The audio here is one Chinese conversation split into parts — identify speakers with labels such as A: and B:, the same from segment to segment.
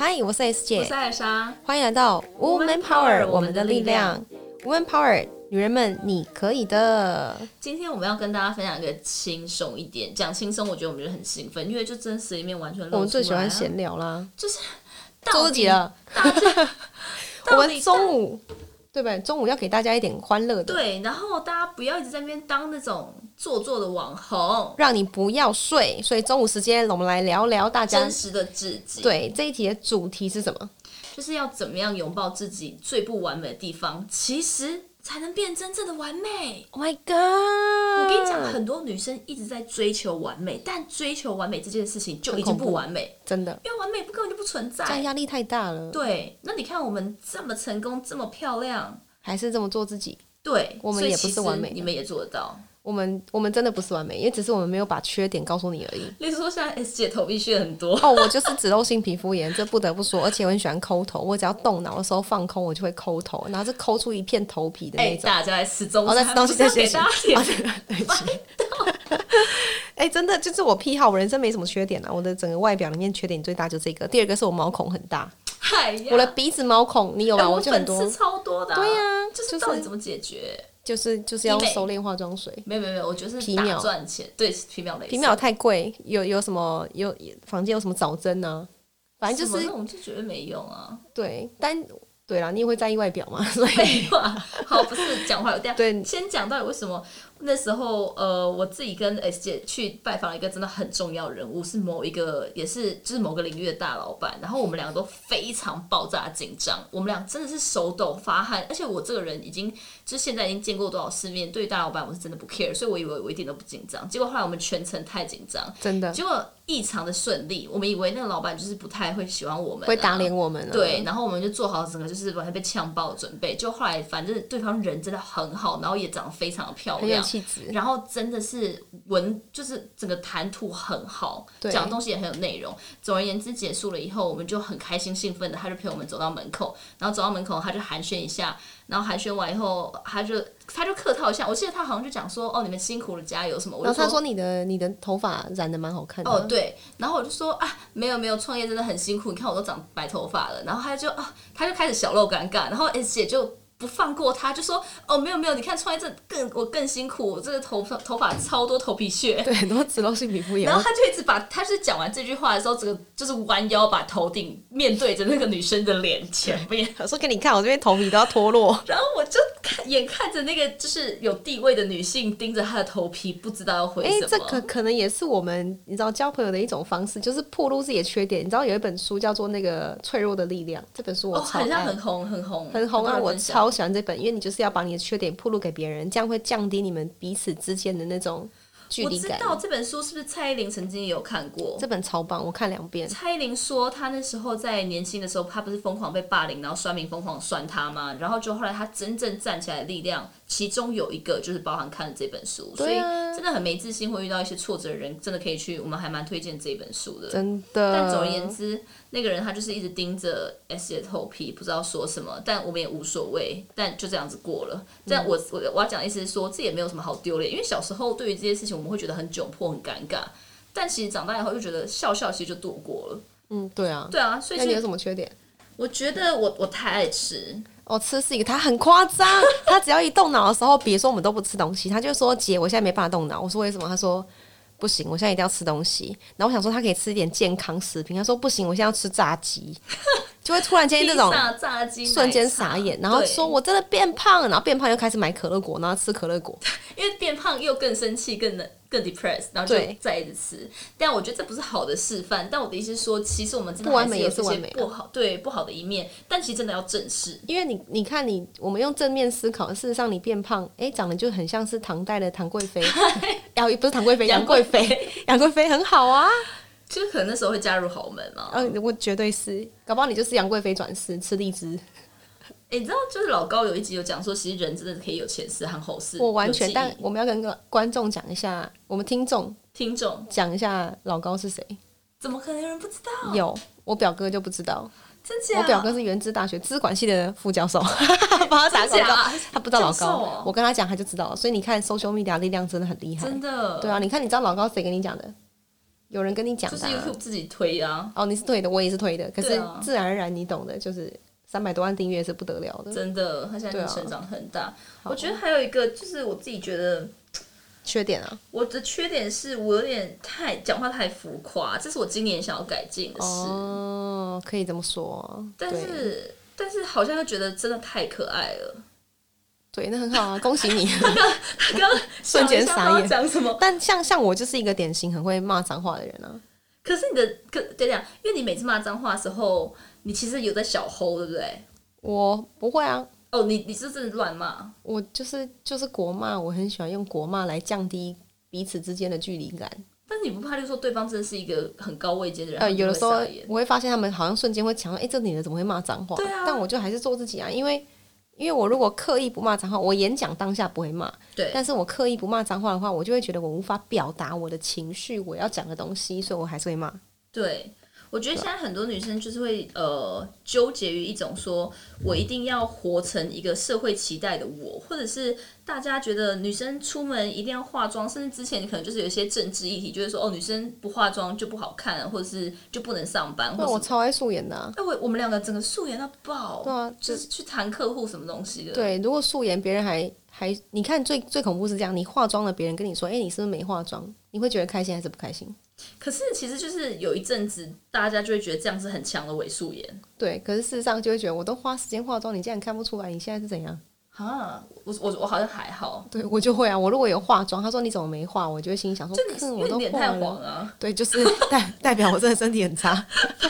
A: 嗨，我是 S 姐
B: 我是，艾莎，
A: 欢迎来到 Woman
B: Woman
A: Power，
B: Power，
A: 我们的力量，Woman Power，女人们，你可以的。
B: 今天我们要跟大家分享一个轻松一点，讲轻松，我觉得我们就很兴奋，因为就真实一面完全露出来、
A: 我
B: 啊
A: 们啊最喜欢，闲聊啦，
B: 就是
A: 做自己了。
B: 到 底，
A: 我
B: 到
A: 们
B: 底
A: 中午对吧？中午要给大家一点欢乐的，
B: 对，然后大家不要一直在那边当那种做作的网红，
A: 让你不要睡。所以中午时间，我们来聊聊大家
B: 真实的自己，，
A: 对这一题的主题是什么？
B: 就是要怎么样拥抱自己最不完美的地方，其实才能变真正的完美。
A: Oh my
B: 我
A: god！
B: 跟你讲，，很多女生一直在追求完美，但追求完美这件事情就已经
A: 很恐怖
B: 不完美，
A: 真的，
B: 因为完美不根本就不存在
A: 这。样压力太大了，
B: 对，那你看我们这么成功，这么漂亮，
A: 还是这么做自己。
B: 对，
A: 我们
B: 所以
A: 也不
B: 其
A: 是完
B: 实
A: 美的
B: 你们也做得到。
A: 我们我们真的不是完美，也只是我们没有把缺点告诉你而已。
B: 例如说，现在 S 姐头皮屑 很多，
A: 哦，我就是脂漏性皮肤炎，这不得不说，而且我很喜欢抠头，我只要动脑的时候放空，我就会抠头，然后是抠出一片头皮的
B: 哎、
A: 那种。
B: 大家来吃中
A: 哦，在
B: 餐，
A: 吃东西
B: 不
A: 在
B: 是
A: 休
B: 给
A: 息。
B: 大家点
A: 哦对对不起 哎、真的就是我癖好，我人生没什么缺点啊。我的整个外表里面缺点最大就这个，第二个是我毛孔很大，
B: 嗨呀，
A: 我的鼻子毛孔你有
B: 啊哎
A: 吧？
B: 我
A: 就很多
B: 粉，刺超多的、啊
A: 对呀
B: 就
A: 就是
B: 是到底怎么解决？
A: 就是就是要
B: 医美
A: 收敛化妆水。
B: 没有没有没有，我觉得
A: 皮
B: 是打
A: 秒
B: 赚钱，对，是皮秒雷射，
A: 皮秒太贵，有有什么有房间有什么早针呢、啊？反正就
B: 什么
A: 是
B: 那我们就觉得没用啊，
A: 对，但对啦，你也会在意外表嘛，所以
B: 废话，好，不是讲话有掉。
A: 对
B: 先讲到底为什么那时候呃，我自己跟 S 姐去拜访一个真的很重要的人物，是某一个也是就是某个领域的大老板，然后我们两个都非常爆炸紧张，我们俩真的是手抖发汗，而且我这个人已经就是现在已经见过多少世面，对于大老板我是真的不 care，所以我以为我一点都不紧张，结果后来我们全程太紧张，
A: 真的
B: 结果异常的顺利，我们以为那个老板就是不太会喜欢我们、啊，
A: 会打脸我们、啊。
B: 对，，然后我们就做好整个就是完全被呛爆的准备。就后来反正对方人真的很好，然后也长得非常的漂
A: 很有
B: 亮，
A: 气质。
B: 然后真的是文就是整个谈吐很好，
A: 对
B: 讲的东西也很有内容。总而言之，结束了以后，我们就很开心兴奋的，他就陪我们走到门口，然后走到门口他就寒暄一下，然后寒暄完以后，他就他就客套一下，我记得他好像就讲说哦你们辛苦了，加油什么，我
A: 然
B: 就
A: 后他说你的你的头发染的蛮好看的。
B: 哦，对，然后我就说啊，没有没有，创业真的很辛苦，你看我都长白头发了。然后他就啊，他就开始小露尴尬，然后 S 姐就不放过他，就说哦，没有没有，你看创业这更我更辛苦，我这个头发头发超多头皮屑。
A: 对，很多脂漏性皮肤炎
B: 然。后他就一直把，他就是讲完这句话的时候，整个就是弯腰把头顶面对着那个女生的脸前面，
A: 我说给你看，我这边头皮都要脱 落。
B: 然后我就看眼看着那个就是有地位的女性盯着她的头皮，不知道要回
A: 哎、
B: 什么。
A: 这可可能也是我们你知道交朋友的一种方式，就是暴露自己的缺点。你知道有一本书叫做《那个脆弱的力量》，这本书我
B: 哦，
A: 超
B: 好
A: 爱，
B: 像很红很红
A: 很红
B: 多
A: 啊！
B: 人
A: 我
B: 分享
A: 超喜欢这本，因为你就是要把你的缺点暴露给别人，这样会降低你们彼此之间的那种距
B: 我
A: 离
B: 知
A: 感。
B: 道这本书是不是蔡依林曾经也有看过
A: 这？本超棒，我看两遍。
B: 蔡依林说，她那时候在年轻的时候，她不是疯狂被霸凌，然后酸民疯狂酸她吗？然后就后来她真正站起来的力量，其中有一个就是包含看了这本书，所以
A: 对啊
B: 真的很没自信，会遇到一些挫折的人，真的可以去，我们还蛮推荐这本书的。
A: 真的。
B: 但总而
A: 嗯
B: 言之，那个人他就是一直盯着 S E 姐的头皮，不知道说什么，但我们也无所谓，但就这样子过了。
A: 嗯
B: 但我我我要讲的意思是说，这也没有什么好丢脸，因为小时候对于这些事情我们会觉得很窘迫、很尴尬，但其实长大以后就觉得笑笑其实就度过了。
A: 嗯，对啊。
B: 对啊，所以
A: 那你有
B: 是
A: 什么缺点？
B: 我觉得我我太爱吃，
A: 哦，吃是一个，他很夸张，他只要一动脑的时候，比如说我们都不吃东西，他就说姐，我现在没办法动脑。我说为什么？他说不行，我现在一定要吃东西。然后我想说他可以吃一点健康食品，他说不行，我现在要吃炸鸡， 就会突然间
B: 披
A: 这种
B: 萨、炸鸡，
A: 瞬间
B: 奶茶
A: 傻眼，然后
B: 对
A: 说我真的变胖，然后变胖又开始买可乐果，然后吃可乐果。
B: 因为变胖又更生气，更更 depressed，然后就
A: 对
B: 再一直吃。但我觉得这不是好的示范。但我的意思是说，其实我们真的
A: 不完美
B: 还有
A: 也是
B: 这
A: 完
B: 些
A: 美啊
B: 不好，对不好的一面，但其实真的要正视。
A: 因为你你看你，我们用正面思考，事实上你变胖，哎、长得就很像是唐代的唐贵妃， 杨、不是唐贵妃，杨
B: 杨
A: 贵
B: 贵
A: 妃，杨贵妃很好啊。
B: 就可能那时候会加入豪门嘛。哎、
A: 嗯，我绝对是，搞不好你就是杨贵妃转世，吃荔枝。
B: 你知道，就是老高有一集有讲说，其实人真的是可以有前世和后世。
A: 我完
B: 有
A: 全，
B: 记忆
A: 但我们要跟个观众讲一下，我们听众
B: 听众
A: 讲一下老高是谁。
B: 怎么可能有人不知道？
A: 有我表哥就不知道，
B: 真假？
A: 我表啊哥是原知大学资管系的副教授， 帮他打广
B: 真
A: 告
B: 假，
A: 他不知道老
B: 教授
A: 高
B: 哦，
A: 我跟他讲他就知道了。所以你看，social media 力量真的很厉害。
B: 真的
A: 对啊，你看，你知道老高谁跟你讲的？有人跟你讲
B: 就是
A: 的啊、
B: YouTube 自己推啊，
A: 哦，你是对的，我也是对的，可
B: 对
A: 是
B: 啊
A: 自然而然你懂的，就是三百多万订阅是不得了的，
B: 真的，他现在
A: 对啊
B: 成长很大。我觉得还有一个就是我自己觉得
A: 缺点啊，
B: 我的缺点是我有点太讲话太浮夸，这是我今年想要改进的事。
A: 哦，可以这么说，
B: 但
A: 对
B: 是但是好像又觉得真的太可爱 了，
A: 对，那很好啊，恭喜 你。
B: 刚刚
A: 瞬间
B: 想一下
A: 傻眼
B: 不知道讲什么？
A: 但像像我就是一个典型很会骂脏话的人啊，
B: 可是你的可等等，因为你每次骂脏话的时候，你其实有在小吼，对不对？
A: 我不会啊，
B: 哦，你你是真的乱骂，
A: 我就是就是国骂，我很喜欢用国骂来降低彼此之间的距离感。
B: 但是你不怕，就说对方真的是一个很高位阶的人，
A: 呃，
B: 他就
A: 有的
B: 会
A: 时候
B: 傻眼
A: 我会发现他们好像瞬间会强调，哎、这女的怎么会骂脏话？
B: 对啊
A: 但我就还是做自己啊，因为因为我如果刻意不骂脏话，我演讲当下不会骂，
B: 对，
A: 但是我刻意不骂脏话的话，我就会觉得我无法表达我的情绪，我要讲的东西，所以我还是会骂。
B: 对，我觉得现在很多女生就是会呃纠结于一种说，我一定要活成一个社会期待的我，或者是大家觉得女生出门一定要化妆，甚至之前可能就是有一些政治议题，就是说哦女生不化妆就不好看，或者是就不能上班，或
A: 那我
B: 者是。
A: 超爱素颜的、啊。
B: 哎，我我们两个整个素颜到爆，
A: 对啊
B: 就是去谈客户什么东西的，，
A: 对，啊如果素颜，别人还还，你看最最恐怖是这样，你化妆了，别人跟你说，哎、你是不是没化妆？你会觉得开心还是不开心？
B: 可是其实就是有一阵子，大家就会觉得这样是很强的伪素颜
A: 对，可是事实上就会觉得，我都花时间化妆，你竟然看不出来，你现在是怎样？
B: 啊。我我我好像还好，
A: 对我就会啊，我如果有化妆，他说你怎么没化，我就会心里想说，
B: 就你
A: 哼
B: 因
A: 我
B: 为
A: 都
B: 你脸
A: 化
B: 太黄
A: 了，
B: 啊了、
A: 对，就是 代代表我真的身体很差。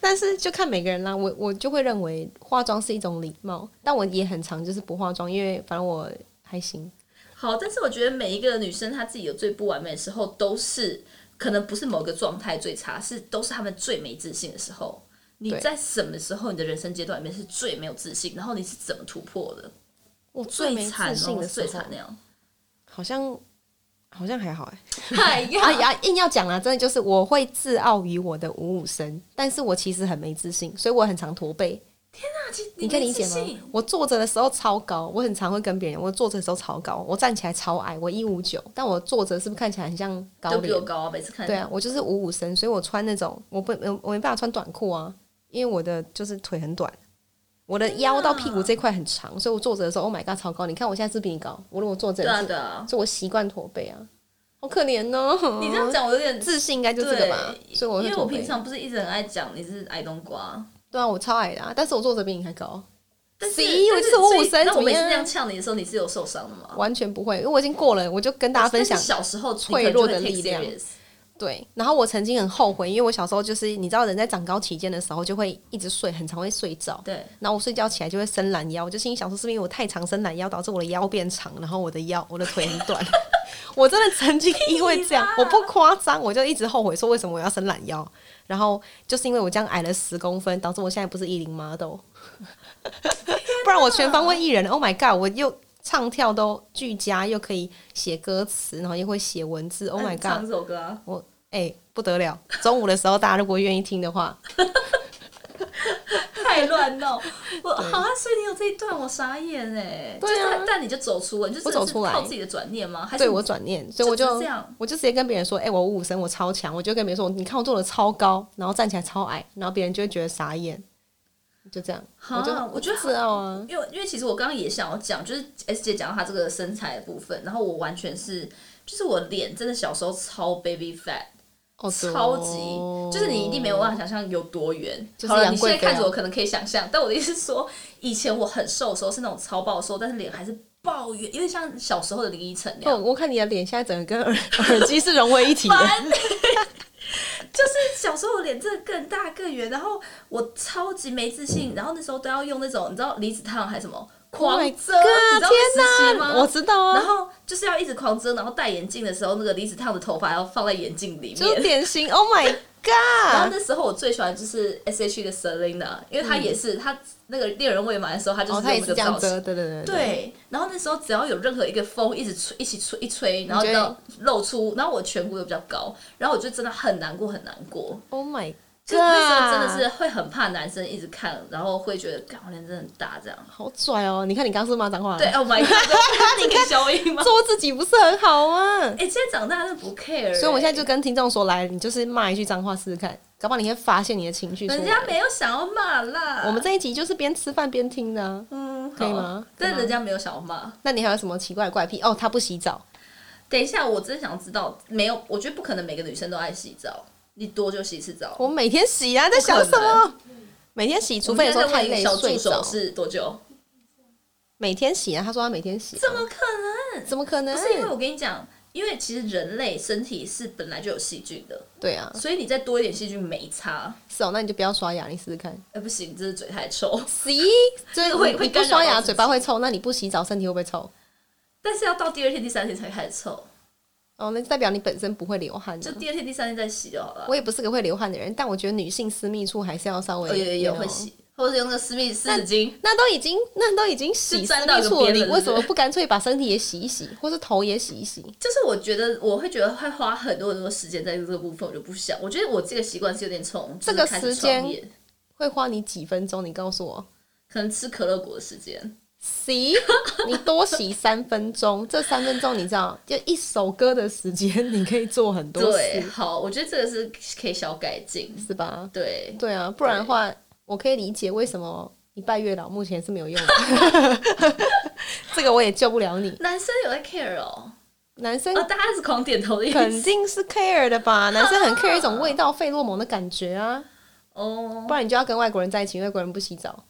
A: 但是就看每个人啦，我我就会认为化妆是一种礼貌，但我也很常就是不化妆，因为反正我还行。
B: 好，但是我觉得每一个女生她自己有最不完美的时候，都是可能不是某个状态最差，是都是她们最没自信的时候。你
A: 对
B: 在什么时候你的人生阶段里面是最没有自信？然后你是怎么突破的？
A: 我
B: 最
A: 没
B: 惨
A: 自信
B: 哦，
A: 的时
B: 最
A: 候
B: 惨，那样。
A: 好像好像还好哎、
B: 哎
A: 啊
B: 呀，
A: 呀，硬要讲啊，真的就是我会自傲于我的五五身，但是我其实很没自信，所以我很常驼背。
B: 那其实
A: 你可以
B: 没
A: 理解
B: 自信
A: 吗？？我坐着的时候超高，我很常会跟别人，我坐着的时候超高，我站起来超矮，我一五九，但我坐着是不是看起来很像高
B: 都比我
A: 龄？
B: 高啊！每次看
A: 对啊，我就是五五身，所以我穿那种我不我我没办法穿短裤啊，因为我的就是腿很短。我
B: 啊
A: 的腰到屁股这块很长，所以我坐着的时候，Oh my god，超高！你看我现在是不是比你高，我如哦果坐这
B: 对
A: 里
B: 啊
A: 是，
B: 对啊，
A: 所以我习惯驼背啊，好可怜哦。
B: 你这样讲我有点
A: 自信应该就这个吧，
B: 对
A: 所以我
B: 因
A: 会
B: 为
A: 驼
B: 我
A: 背
B: 平常不是一直很爱讲你是矮冬瓜，
A: 对啊，我超矮的、啊，但是我坐着比你还高，
B: 但是
A: 谁以为
B: 但
A: 是我
B: 所以
A: 五身
B: 那我
A: 怎么
B: 每次
A: 样啊
B: 那样呛你的时候，你是有受伤的吗？
A: 完全不会，因为我已经过了，我就跟大家分享
B: 哦但是小时候你可
A: 脆
B: 能
A: 弱
B: 就会
A: 的
B: take
A: 力量
B: serious
A: 对。然后我曾经很后悔，因为我小时候就是你知道人在长高期间的时候就会一直睡，很常会睡着。
B: 对，
A: 然后我睡觉起来就会伸懒腰，我就心里想说，是不是因为我太常伸懒腰导致我的腰变长，然后我的腰我的腿很短。 我真的曾经因为这样，我不夸张，我就一直后悔说为什么我要伸懒腰。然后就是因为我这样矮了十公分，导致我现在不是一零 model，不然我全方位艺人。Oh my god！我又唱跳都俱佳，又可以写歌词，然后又会写文字。Oh my
B: 那你唱
A: god！
B: 这首歌啊，
A: 我哎、不得了！中午的时候大家如果愿意听的话，
B: 太乱闹， 我好像所以你有这一段，我傻眼哎。
A: 对啊
B: 就是但你就走出了，你就真的
A: 我走
B: 是
A: 出来
B: 靠自己的转念吗？还是
A: 对
B: 你
A: 我转念，所以我
B: 嗯就只
A: 就是
B: 这样
A: 我就直接跟别人说，哎、我五五身，我超强，我就跟别人说，你看我做的超高，然后站起来超矮，然后别人就会觉得傻眼，就这样，
B: 哈
A: 我就
B: 我觉得
A: 自傲啊，
B: 因为因为其实我刚刚也想要讲，就是 S 姐讲到她这个身材的部分，然后我完全是，就是我脸真的小时候超 baby fat，
A: 哦，对哦
B: 超级，就是你一定没有办法想象有多远。
A: 就是
B: 好了，
A: 杨
B: 你现
A: 贵
B: 在
A: 妃啊
B: 看着我可能可以想象，但我的意思是说，以前我很瘦的时候是那种超暴瘦，但是脸还是爆圆，因为像小时候的林依晨那样
A: 哦，。我看你的脸现在整个跟耳耳机是融为一体 的，
B: 就是小时候我脸真的更大更圆，然后我超级没自信，然后那时候都要用那种你知道离子烫还是什么狂
A: Oh my
B: 遮你知道实习吗？
A: 我知道
B: 然
A: 啊，
B: 后就是要一直狂遮，然后戴眼镜的时候，那个离子烫的头发要放在眼镜里
A: 就是
B: 面。
A: 典型，Oh my
B: 然后
A: God，
B: 那时候我最喜欢就是 S H E 的 Selina，因为她也是她那个恋人未满的时候， 她
A: 嗯
B: 就
A: 哦，
B: 是
A: 他也
B: 用
A: 是这
B: 个造
A: 样
B: 型。
A: 遮，对对对，
B: 对，然后那时候只要有任何一个风一直吹，一起吹一吹，然后
A: 觉得
B: 到露出，然后我颧骨又比较高，然后我就真的很难过很难过。
A: ，Oh my
B: 就那时候真的是会很怕男生一直看，然后会觉得，干我脸真的很大这样。
A: 好拽哦！你看你刚刚是不是骂脏话了，
B: 对 ，Oh my god，那 个消音吗？
A: 做自己不是很好啊吗？
B: 哎、现在长大是不 care，、欸
A: 所以我现在就跟听众说，来，你就是骂一句脏话试试看，搞不好你会发泄你的情绪出来。
B: 人家没有想要骂啦，
A: 我们这一集就是边吃饭边听的啊、
B: 嗯
A: 可以吗
B: 好但人家没有想要骂。
A: 那你还有什么奇怪的怪癖？哦，他不洗澡，
B: 等一下，我真想知道，没有，我觉得不可能每个女生都爱洗澡，你多就洗一次澡。
A: 我每天洗啊，在想什么？每天洗，除非你说太累
B: 小助
A: 睡
B: 手
A: 着。
B: 是多久？
A: 每天洗啊，他说他每天洗啊、
B: 怎么可能？
A: 怎么可能
B: 不？是因为我跟你讲，因为其实人类身体是本来就有细菌的，
A: 对啊，
B: 所以你再多一点细菌没差。
A: 是哦，那你就不要刷牙，你试试看。
B: 哎、不行，这是嘴太臭。
A: 洗， 就是
B: 会
A: 你
B: 会
A: 你不
B: 干扰
A: 刷
B: 到
A: 牙
B: 自己
A: 嘴巴会臭，那你不洗澡身体会不会臭？
B: 但是要到第二天、第三天才开始臭，
A: 哦，那代表你本身不会流汗啊、
B: 就第二天、第三天再洗就好了。
A: 我也不是个会流汗的人，但我觉得女性私密处还是要稍微
B: 哦有有有
A: you know
B: 会洗，或者用那个私密湿纸巾。
A: 那都已经那都已经洗
B: 是
A: 私
B: 沾到
A: 密
B: 一个
A: 处了，
B: 边
A: 你
B: 了
A: 为
B: 是
A: 什
B: 不
A: 么
B: 是
A: 不干脆把身体也洗一洗，或是头也洗一洗？
B: 就是我觉得我会觉得会花很多很多时间在这个部分，我就不想。我觉得我这个习惯是有点从
A: 这个
B: 就是开始
A: 时间
B: 创业
A: 会花你几分钟？你告诉我，
B: 可能吃可乐果的时间，
A: 洗你多洗三分钟，这三分钟你知道，就一首歌的时间，你可以做很多
B: 对，
A: 事，
B: 好，我觉得这个是可以小改进，
A: 是吧？
B: 对，
A: 对啊，不然的话，我可以理解为什么你拜月老目前是没有用的， 这个我也救不了你。
B: 男生有在 care 哦，
A: 男生
B: 啊，大家是狂点头的意
A: 嗯肯
B: 思
A: 定是 care 的吧？男生很 care 一种
B: 啊
A: 味道，费洛蒙的感觉啊，
B: 哦
A: 不，然你就要跟外国人在一起，因为外国人不洗澡，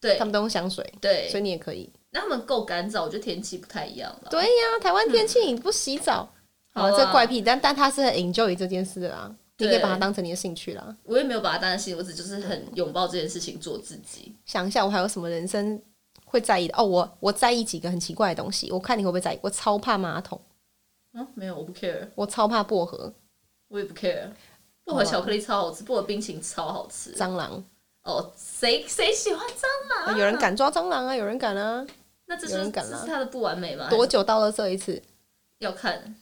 B: 对
A: 他们都用香水，
B: 对
A: 所以，你也可以。
B: 那他们够干燥，我觉得天气不太一样了。
A: 对呀、台湾天气你不洗澡，
B: 嗯
A: 好了，
B: 好啊
A: 这怪癖，但但他是很 enjoy 这件事的啦，你
B: 对
A: 可以把它当成你的兴趣啦。
B: 我也没有把它当成心，我只就是很拥抱这件事情，做自己。
A: 想一下，我还有什么人生会在意的？哦，我我在意几个很奇怪的东西，我看你会不会在意。我超怕马桶，
B: 嗯，没有，我不 care，
A: 我超怕薄荷、
B: 我也不 care。
A: 哦
B: 薄荷巧克力超好吃，薄荷冰淇淋超好吃。
A: 蟑螂，
B: 哦，谁谁喜欢蟑螂？啊
A: 有人敢抓蟑螂啊，有人敢啊。
B: 那这
A: 有
B: 就是
A: 人
B: 这
A: 敢啦
B: 是它的不完美吗？
A: 多久到了这一次？
B: 要看，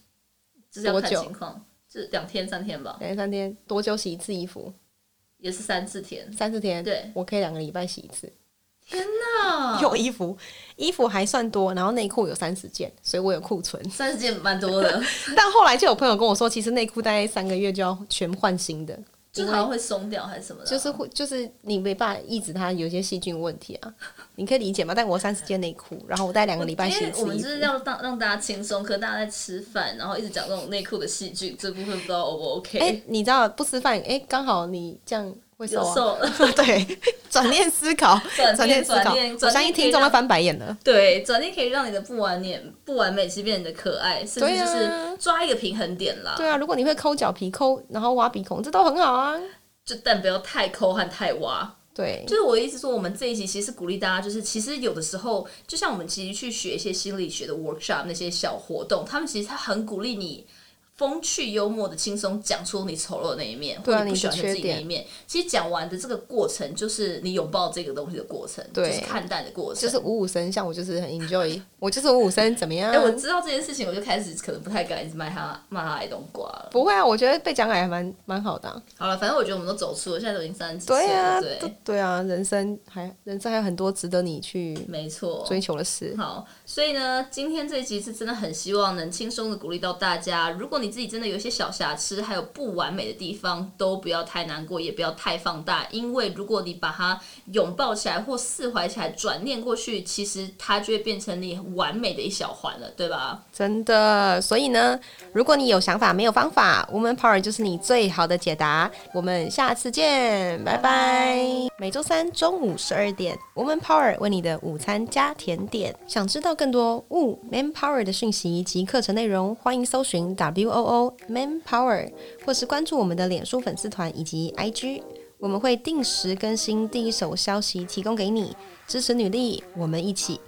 B: 就是要
A: 多
B: 看
A: 久
B: 情况，就两天三天吧，
A: 两天三天？多久洗一次衣服？
B: 也是三四天。
A: 三四天？
B: 对，
A: 我可以两个礼拜洗一次。
B: 那
A: 有衣服，衣服还算多，然后内裤有三十件，所以我有库存。
B: 三十件蛮多的，
A: 但后来就有朋友跟我说，其实内裤大概三个月就要全换新的，
B: 就
A: 因
B: 好像
A: 为
B: 会松掉还是什么的啊。
A: 就是会就是你没办法抑制它有一些细菌问题啊， 你可以理解吗？但我三十件内裤，然后我带两个礼拜洗一
B: 因为我
A: 次
B: 们
A: 衣
B: 就是
A: 服。
B: 要让让大家轻松，可是大家在吃饭，然后一直讲这种内裤的细菌，这部分不知道 O 不 OK？、
A: 哎、你知道不吃饭，哎、刚好你这样会瘦
B: 有
A: 啊。
B: 瘦
A: 对，转念思考，
B: 转念
A: 转念思考
B: 转念，
A: 我相信听众会翻白眼的。
B: 对，转念可以让你的不完美不完美，其实变得可爱，甚
A: 对
B: 至
A: 啊
B: 就是抓一个平衡点啦。
A: 对啊，如果你会抠脚皮、抠然后挖鼻孔，这都很好啊。
B: 就但不要太抠和太挖。
A: 对，
B: 就是我的意思说，我们这一集其实是鼓励大家，就是其实有的时候，就像我们其实去学一些心理学的 workshop 那些小活动，他们其实他很鼓励你。风趣幽默的轻松讲出你丑陋的那一面，
A: 对啊
B: 或者不喜欢
A: 你
B: 的
A: 的缺
B: 自己那一
A: 点
B: 面。其实讲完的这个过程，就是你拥抱这个东西的过程，
A: 对
B: 就是看淡的过程。
A: 就是五五身，像我就是很 enjoy，我就是五五身怎么样？
B: 哎、我知道这件事情，我就开始可能不太敢一直骂他骂他矮冬瓜了。
A: 不会啊，我觉得被讲矮还蛮蛮好的啊、
B: 好了，反正我觉得我们都走出了，现在都已经三十几岁
A: 对啊，
B: 了，
A: 都对啊，人生还人生还有很多值得你去
B: 没错，
A: 追求的事。
B: 好，所以呢，今天这一集是真的很希望能轻松的鼓励到大家。如果你自己真的有一些小瑕疵，还有不完美的地方，都不要太难过，也不要太放大，因为如果你把它拥抱起来或释怀起来，转念过去，其实它就会变成你完美的一小环了，对吧？
A: 真的，所以呢，如果你有想法没有方法，Woman Power 就是你最好的解答。我们下次见，拜拜。每周三中午十二点，Woman Power 为你的午餐加甜点。想知道更多 Wo Man Power 的讯息及课程内容，欢迎搜寻 W O O Man Power，或是关注我们的脸书粉丝团以及 IG。我们会定时更新第一手消息，提供给你支持女力，我们一起